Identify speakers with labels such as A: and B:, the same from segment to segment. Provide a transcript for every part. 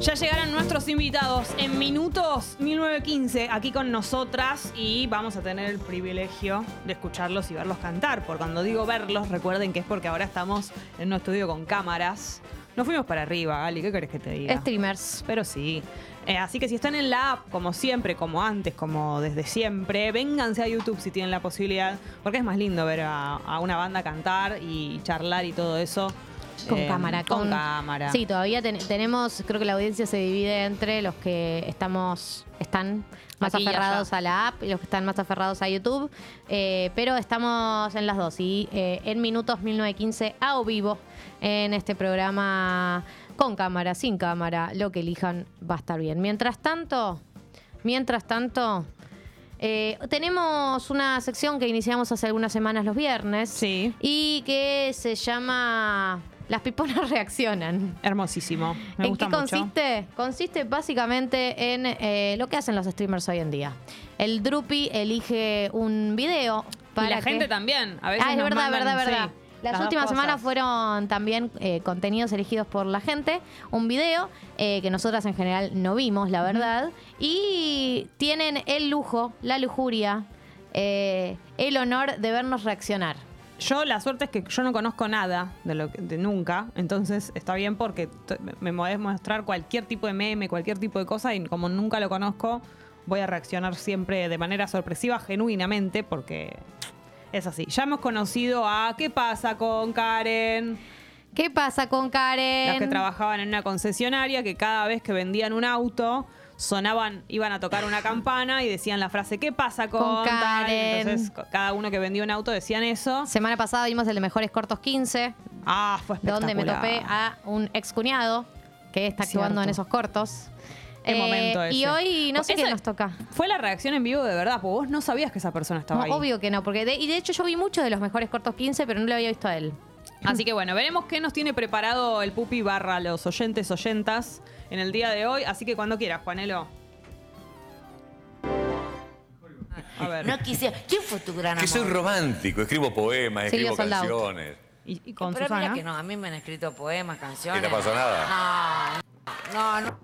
A: Ya llegaron nuestros invitados en minutos 1915 aquí con nosotras y vamos a tener el privilegio de escucharlos y verlos cantar. Por cuando digo verlos, recuerden que es porque ahora estamos en un estudio con cámaras. Nos fuimos para arriba, Ali, ¿qué querés que te diga?
B: Streamers.
A: Pero sí. Eh, así que si están en la app, como siempre, como antes, como desde siempre, vénganse a YouTube si tienen la posibilidad, porque es más lindo ver a, a una banda cantar y charlar y todo eso.
B: Con
A: eh,
B: cámara.
A: Con, cámara.
B: Sí, todavía ten- tenemos, creo que la audiencia se divide entre los que estamos, están más
A: Aquí y
B: aferrados
A: allá.
B: a la app y los que están más aferrados a YouTube. Eh, pero estamos en las dos y eh, en minutos 1915 a o vivo en este programa con cámara, sin cámara, lo que elijan va a estar bien. Mientras tanto, mientras tanto... eh, tenemos una sección que iniciamos hace algunas semanas los viernes.
A: Sí.
B: Y que se llama Las piponas reaccionan.
A: Hermosísimo. Me
B: ¿En
A: gusta
B: qué
A: mucho.
B: consiste? Consiste básicamente en eh, lo que hacen los streamers hoy en día. El Drupi elige un video para
A: y la
B: que-
A: gente también. A veces
B: ah, es
A: nos
B: verdad,
A: mandan,
B: verdad,
A: sí,
B: verdad. Las,
A: dos
B: últimas
A: cosas.
B: semanas fueron también eh, contenidos elegidos por la gente, un video eh, que nosotras en general no vimos, la verdad, y tienen el lujo, la lujuria, eh, el honor de vernos reaccionar.
A: Yo la suerte es que yo no conozco nada de lo que- de nunca, entonces está bien porque t- me podés mostrar cualquier tipo de meme, cualquier tipo de cosa y como nunca lo conozco, voy a reaccionar siempre de manera sorpresiva, genuinamente, porque es así. Ya hemos conocido a qué pasa con Karen,
B: ¿Qué pasa con Karen?
A: las que trabajaban en una concesionaria que cada vez que vendían un auto sonaban, iban a tocar una campana y decían la frase ¿qué pasa con,
B: Con
A: tal?".
B: Karen.
A: Entonces co- cada uno que vendía un auto decían eso.
B: Semana pasada vimos el de Mejores Cortos 15,
A: Ah, fue espectacular.
B: donde me topé Ah, a un excuñado que está actuando
A: Cierto.
B: en esos cortos.
A: Qué
B: Eh,
A: momento ese.
B: Y hoy no sé
A: Ese-
B: qué nos toca.
A: Fue la reacción en vivo de verdad, porque vos no sabías que esa persona estaba
B: No,
A: ahí.
B: obvio que no, porque de, y de hecho yo vi muchos de los Mejores Cortos 15, pero no lo había visto a él.
A: Así que bueno, veremos qué nos tiene preparado el pupi barra los oyentes oyentas en el día de hoy. Así que cuando quieras, Juanelo. A ver.
C: No quise. ¿Quién fue tu gran amor?
D: Que soy romántico, escribo poemas,
B: Silvio
D: escribo
B: Soldado.
D: canciones.
A: Y, y con
C: Pero mira
A: Susana.
C: que no, a mí me han escrito poemas, canciones.
D: ¿Y te pasó
C: nada? No, no, no.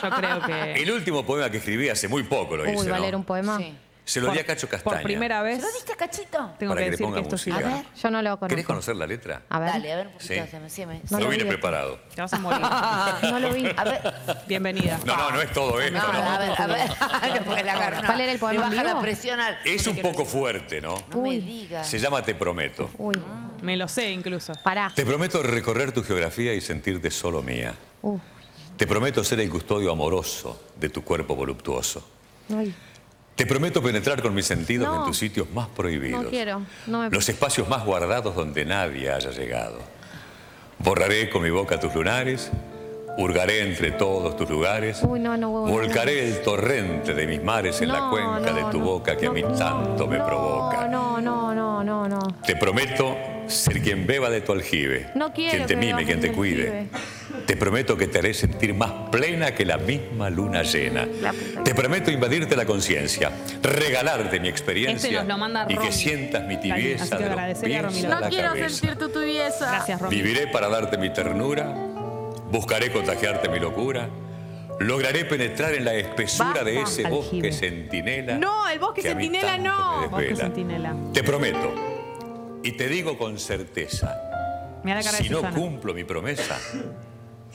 A: Yo creo que
D: El último poema que escribí hace muy poco lo
B: Uy,
D: hice, ¿no?
B: Valer, un poema.
C: Sí.
D: Se lo di a Cacho
A: por
D: Castaña.
A: primera
C: ¿Se lo
A: vez
C: diste a Cachito?
A: tengo que
D: Para que le
A: decir que
D: ponga
A: esto sí.
D: música.
C: A ver.
B: Yo no lo conozco.
D: ¿Querés conocer la letra?
B: A ver.
C: Dale, a ver un poquito.
D: Sí.
C: se me- se me-
B: No
D: no
B: lo
D: vine
B: vi.
D: preparado.
A: Te vas a morir.
B: Ah, No lo vi.
C: A ver.
A: Bienvenida.
D: No, no, no es todo esto,
C: No,
D: ¿no?
C: a ver, a ver. No, porque la agarro, no.
B: ¿Cuál era el poema
C: Me
B: en
C: baja
B: vivo?
C: la presión al-
D: Es un poco fuerte, ¿no?
C: No me
B: Uy.
C: digas.
D: Se llama Te prometo.
B: Uy,
A: Me lo sé incluso.
B: pará.
D: Te prometo recorrer tu geografía y sentirte solo mía.
B: Uh,
D: Te prometo ser el custodio amoroso de tu cuerpo voluptuoso.
B: ay.
D: Te prometo penetrar con mis sentidos
B: No.
D: en tus sitios más prohibidos.
B: No quiero, no me-
D: Los espacios más guardados donde nadie haya llegado. Borraré con mi boca tus lunares, hurgaré entre todos tus lugares.
B: Uy, no, no, huevo, no, no.
D: Volcaré el torrente de mis mares en la
B: No,
D: cuenca
B: no,
D: de tu
B: no,
D: boca que a mí
B: no,
D: tanto me
B: no,
D: provoca.
B: No, no, no, no, no.
D: Te prometo ser quien beba de tu aljibe.
B: No quiero
D: Quien te
B: que
D: mime,
B: bebas
D: quien
B: de
D: te
B: mi
D: cuide.
B: aljibe.
D: Te prometo que te haré sentir más plena que la misma luna llena. Te prometo invadirte la conciencia, regalarte mi experiencia
A: Este nos lo manda
D: y
A: Romy.
D: que sientas mi
A: Así
D: tibieza
A: que
D: de los
A: agradecele a
D: pies
A: Romy
D: a
A: López.
D: la cabeza.
B: tu tibieza.
A: Gracias, Romy.
D: Viviré para darte mi ternura, buscaré contagiarte mi locura, lograré penetrar en la espesura de
B: Basta,
D: ese
A: aljibe.
D: bosque centinela.
B: No, el bosque
D: que a mí
B: centinela
D: tanto
B: no.
D: me
A: Bosque
D: desvela.
A: centinela.
D: Te prometo y te digo con certeza
A: Mira la cara
D: si
A: de
D: no
A: Susana.
D: cumplo mi promesa,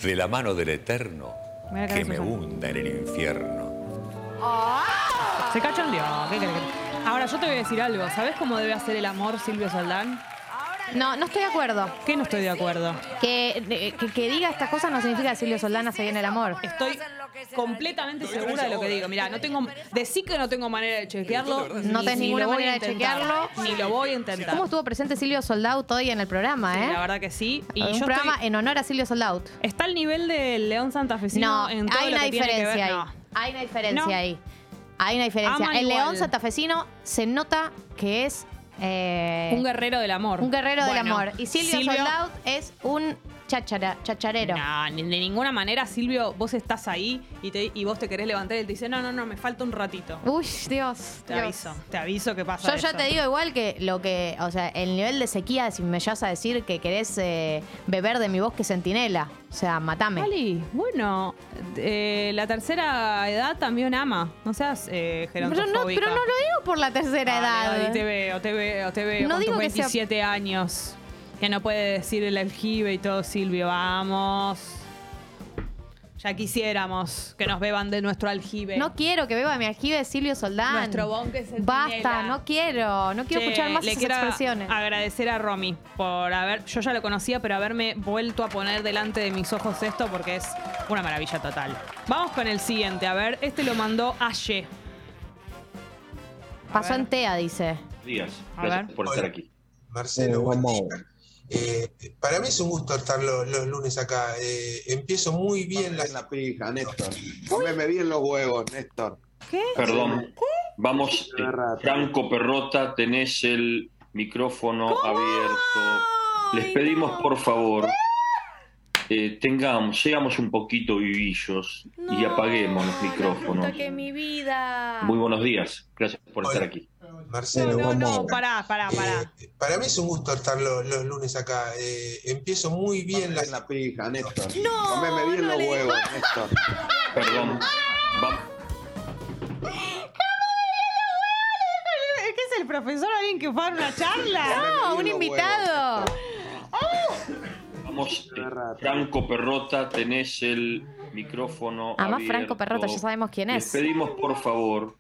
D: de la mano del Eterno,
A: Mira la cara
D: que
A: de
D: me
A: Susana.
D: hunda en el infierno.
A: Se cachondeó. ¿Qué querés que- Ahora yo te voy a decir algo. ¿Sabés cómo debe hacer el amor Silvio Soldán?
B: No, no estoy de acuerdo.
A: Que no estoy de acuerdo.
B: Que, que, que diga estas cosas no significa que Silvio Soldana se viene el amor.
A: Estoy completamente segura de lo que digo. Mira, no tengo. Decí que no tengo manera de chequearlo.
B: No tenés
A: ni
B: ninguna
A: lo voy
B: manera
A: a
B: de
A: intentar,
B: chequearlo.
A: Ni lo voy a intentar.
B: ¿Cómo estuvo presente Silvio Soldaut hoy en el programa, eh?
A: La verdad que sí. Y
B: un
A: yo
B: programa
A: estoy-
B: en honor a Silvio Soldaut.
A: está al nivel del León Santafesino
B: no,
A: en todo
B: hay
A: lo
B: una
A: que tiene que
B: diferencia
A: ver-
B: ahí.
A: no.
B: Hay una diferencia
A: No.
B: ahí. Hay una diferencia.
A: Aman
B: el
A: igual.
B: león santafesino se nota que es eh,
A: Un guerrero del amor.
B: un guerrero del
A: Bueno,
B: amor. Y Silvio, Soldaut es un chachara, chacharero.
A: No, ni- de ninguna manera, Silvio, vos estás ahí y, te- y vos te querés levantar y él te dice, no, no, no, me falta un ratito.
B: Uy, Dios.
A: Te
B: Dios.
A: aviso, te aviso que pasa
B: Yo ya
A: eso.
B: te digo igual que lo que, o sea, el nivel de sequía, si me llegas a decir que querés eh, beber de mi bosque centinela, o sea, matame.
A: Ali, bueno, eh, la tercera edad también ama. No seas eh,
B: Pero no,
A: gerontofóbica.
B: pero no lo digo por la
A: Dale,
B: tercera edad. ¿eh?
A: Dali, te veo, te veo, te veo.
B: No
A: con
B: digo
A: tus
B: que sea-
A: 27 años. Que no puede decir el aljibe y todo, Silvio. Vamos. Ya quisiéramos que nos beban de nuestro aljibe.
B: No quiero que beba mi aljibe Silvio Soldán.
A: Nuestro bonque centinela.
B: Basta, no quiero. No quiero
A: Che,
B: escuchar más
A: le
B: esas
A: quiero
B: expresiones.
A: Agradecer a Romy por haber. Yo ya lo conocía, pero haberme vuelto a poner delante de mis ojos esto porque es una maravilla total. Vamos con el siguiente. A ver, este lo mandó Aye.
B: Pasó
A: ver.
B: en TEA, dice.
E: días.
A: A
E: Gracias
A: ver.
E: por estar aquí.
F: Marcelo, buen día. Eh, para mí es un gusto estar lo- los, lunes acá. Eh, empiezo muy bien la...
G: Comeme la pija, Néstor. Comeme bien los huevos, Néstor.
A: ¿Qué?
E: Perdón. Vamos, eh, Franco Perrota, tenés el micrófono abierto. Les
A: Ay,
E: pedimos,
A: no.
E: por favor, eh, tengamos, seamos un poquito vivillos y apaguemos los micrófonos.
B: mi vida.
E: Muy buenos días. Gracias por estar
F: Hola.
E: aquí.
A: No,
F: Marcelo,
A: no,
F: buen
A: no,
F: día.
A: pará, pará, pará.
F: Eh, para mí es un gusto estar lo- los lunes acá. Eh, empiezo muy bien la...
G: Comeme la pija, Néstor.
B: No,
G: Comeme bien
B: no
G: los
B: le-
G: huevos, Néstor.
E: Perdón.
A: Ah.
E: Va-
A: ¿Qué es el profesor? ¿Alguien que fue a dar una charla?
G: Comeme
B: No,
G: bien
B: un
G: los
B: invitado.
G: huevos,
E: vamos, eh, Franco Perrota, tenés el micrófono
B: Además,
E: abierto.
B: Franco Perrota, ya sabemos quién es.
E: Les pedimos, por favor,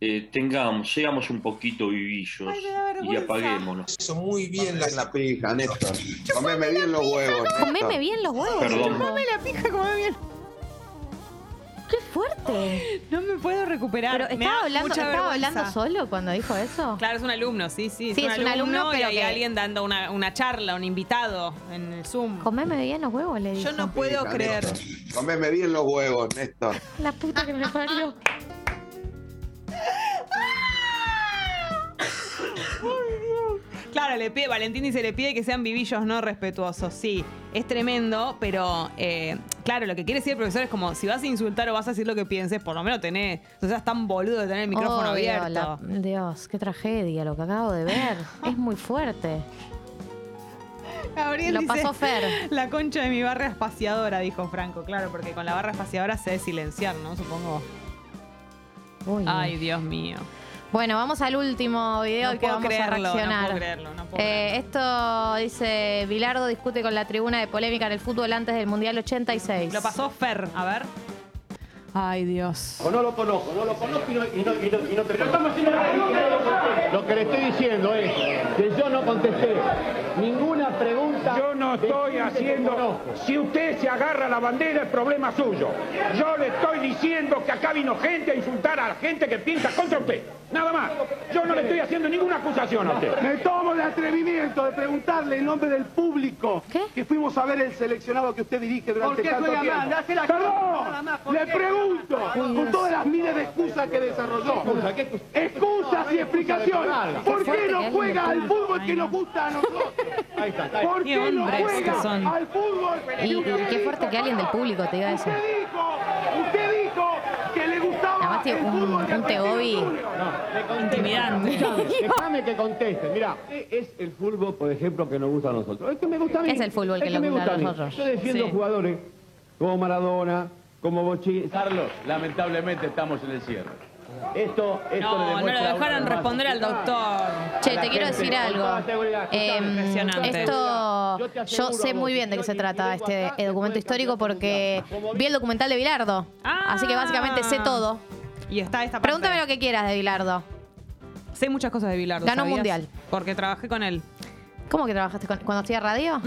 E: eh, tengamos, seamos un poquito vivillos
A: Ay, me da
E: y
A: vergüenza.
E: apaguémonos.
F: Empiezo muy bien la...
G: Comeme la pija, Néstor. Comeme bien los huevos, Néstor.
B: Comeme bien los huevos.
E: Perdón.
B: chico.
A: Dame la pija como bien.
B: Qué fuerte.
A: No me puedo recuperar.
B: Pero
A: Me da
B: estaba hablando,
A: mucha
B: estaba
A: vergüenza.
B: hablando solo cuando dijo eso.
A: Claro, es un alumno, sí, sí.
B: Sí, es un alumno,
A: y
B: pero
A: hay
B: que-
A: alguien dando una, una charla, un invitado en el Zoom.
B: Comeme bien los huevos, le dijo.
A: Yo no puedo
G: Pija,
A: creer.
G: Néstor. Comeme bien los huevos, Néstor.
B: La puta que me parió.
A: Claro, le pide, Valentini se le pide que sean vivillos no respetuosos. Sí, es tremendo, pero eh, claro, lo que quiere decir el profesor es como si vas a insultar o vas a decir lo que pienses, por lo menos tenés, no seas tan boludo de tener el micrófono
B: Oh, Dios,
A: abierto.
B: la- Dios, qué tragedia lo que acabo de ver. es muy fuerte.
A: Gabriel
B: Lo
A: dice,
B: pasó Fer.
A: La concha de mi barra espaciadora, dijo Franco. Claro, porque con la barra espaciadora se debe silenciar, ¿no? Supongo.
B: Uy.
A: Ay, Dios mío.
B: Bueno, vamos al último video
A: No
B: al que
A: puedo
B: vamos
A: creerlo,
B: a
A: no
B: reaccionar.
A: puedo creerlo, no puedo
B: Eh, esto dice Bilardo discute con la tribuna de polémica en el fútbol antes del Mundial 86.
A: Lo pasó Fer, a ver. Ay, Dios.
H: No lo conozco, no lo conozco y no, y no, y no- y no te conozco. Lo que le estoy diciendo es que yo no contesté ninguna pregunta.
I: Yo no
H: de
I: estoy
H: gente que
I: haciendo.
H: conozco.
I: Si usted se agarra la bandera, es problema suyo. Yo le estoy diciendo que acá vino gente a insultar a la gente que piensa contra usted. Nada más. Yo no le estoy haciendo ninguna acusación a usted.
H: Me tomo el atrevimiento de preguntarle en nombre del público
B: ¿Qué?
H: que fuimos a ver el seleccionado que usted dirige
I: ¿Por
H: durante
I: qué
H: tanto
I: soy
H: tiempo.
I: Amanda? Hace la cara, nada más,
H: ¡Perdón!
I: ¿por
H: Le
I: qué?
H: pregunto, con todas las miles de excusas que desarrolló. Excusas y explicaciones. ¿Por
B: fuerte
H: qué
B: que
H: no
B: alguien
H: juega
B: le
H: al
B: pregunte.
H: fútbol que nos gusta a nosotros? ¿Por
A: Qué
H: qué no
A: hombres que son.
H: juega al fútbol? que
B: Y- y
H: usted
B: qué fuerte que alguien del público te diga eso.
H: Usted dijo, usted dijo que le
B: Además
H: gustaba
B: tiene
H: el
B: un-
H: fútbol de
B: un
H: Argentino
B: Teobi.
H: Junior.
A: Intimidante.
J: Déjame que conteste. Mira, es el fútbol, por ejemplo, que nos gusta a nosotros. Es que me gusta a mí.
B: Es el fútbol que
J: Es
B: nos
J: me
B: gusta a
J: mí.
B: nosotros.
J: Yo defiendo
A: Sí.
J: jugadores como Maradona, como Bochín.
H: Carlos, lamentablemente estamos en el cierre.
J: Esto, esto
A: No,
J: le
A: no lo
J: demuestra a uno
A: dejaron
J: más.
A: responder al doctor.
B: Che,
J: la
B: te quiero
J: gente,
B: decir
J: con
B: algo.
J: toda la seguridad,
B: Eh,
J: escúchame.
A: Impresionante.
B: esto,
J: Yo te
B: yo
J: aseguro
B: sé
J: a vos
B: muy
J: que
B: bien de qué
J: yo
B: se
J: ni
B: trata
J: llego
B: este
J: acá,
B: eh,
J: después
B: documento
J: de
B: histórico
J: campeonato
B: porque
J: mundial. Como
B: vi el documental de Bilardo.
A: Ah.
B: Así que básicamente sé todo.
A: Y está esta parte.
B: Pregúntame lo que quieras de Bilardo.
A: Sé muchas cosas de Bilardo.
B: Ganó
A: ¿sabías?
B: mundial.
A: Porque trabajé con él.
B: ¿Cómo que trabajaste con- cuando hacía radio?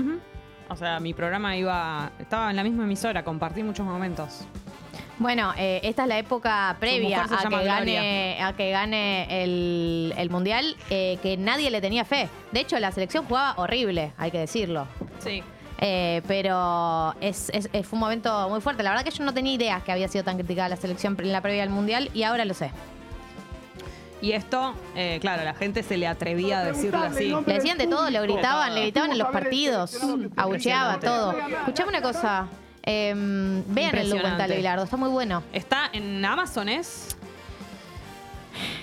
A: O sea, mi programa iba. Estaba en la misma emisora, compartí muchos momentos.
B: Bueno, eh, esta es la época previa
A: mujer se
B: a
A: llama
B: que, gane,
A: Gloria.
B: a que gane el, el Mundial, eh, que nadie le tenía fe. De hecho, la selección jugaba horrible, hay que decirlo.
A: Sí.
B: Eh, pero es, es- es- fue un momento muy fuerte. La verdad que yo no tenía idea que había sido tan criticada la selección en la previa al Mundial y ahora lo sé.
A: Y esto, eh, claro, la gente se le atrevía a decirlo así.
B: Le decían de todo, le gritaban, le gritaban en los partidos, abucheaba todo. Escuchame una cosa. em, vean el documental de Bilardo, está muy bueno.
A: Está en Amazon, ¿es?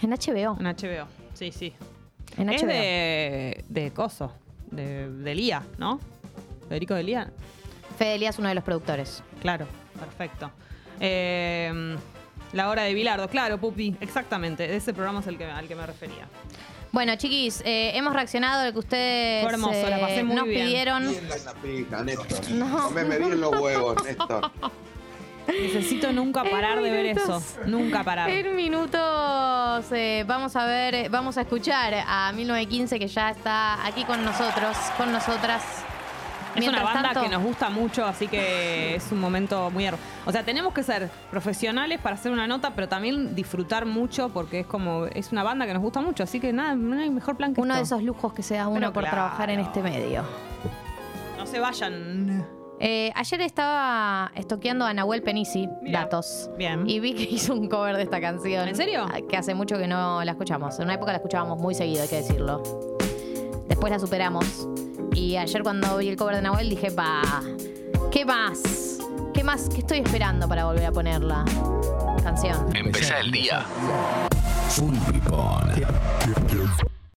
B: En HBO.
A: En HBO, sí, sí.
B: En
A: es
B: HBO.
A: de, de Coso, de, de Lía, ¿no? Federico de Lía.
B: Fede Lía es uno de los productores.
A: Claro, perfecto. Eh, la hora de Bilardo, claro, Pupi, exactamente. De ese programa es el que, al que me refería.
B: Bueno, chiquis, eh, hemos reaccionado a lo que ustedes eh,
A: Fue hermoso, la pasé muy
B: nos
A: bien.
B: pidieron.
G: Esa pija, Néstor. Comeme bien los huevos, Néstor.
A: Necesito nunca
B: En
A: parar de ver eso.
B: minutos.
A: Nunca parar.
B: En minutos eh, vamos a ver, eh, vamos a escuchar a 1915 que ya está aquí con nosotros, con nosotras.
A: Es una
B: Mientras
A: banda
B: tanto-
A: que nos gusta mucho, así que es un momento muy... her- O sea, tenemos que ser profesionales para hacer una nota, pero también disfrutar mucho porque es como... Es una banda que nos gusta mucho, así que nada, no hay mejor plan que
B: Uno de
A: esto.
B: esos lujos que se da uno
A: Pero
B: por
A: claro.
B: trabajar en este medio.
A: No se vayan.
B: Eh, ayer estaba estoqueando a Nahuel Penisi, datos.
A: Bien.
B: Y vi que hizo un cover de esta canción.
A: ¿En serio?
B: Ah, Que hace mucho que no la escuchamos. En una época la escuchábamos muy seguido, hay que decirlo. Después la superamos. Y ayer cuando vi el cover de Nahuel dije, pa, ¿qué más? ¿Qué más? ¿Qué estoy esperando para volver a ponerla? Canción.
K: Empezá el día. Fulvipón.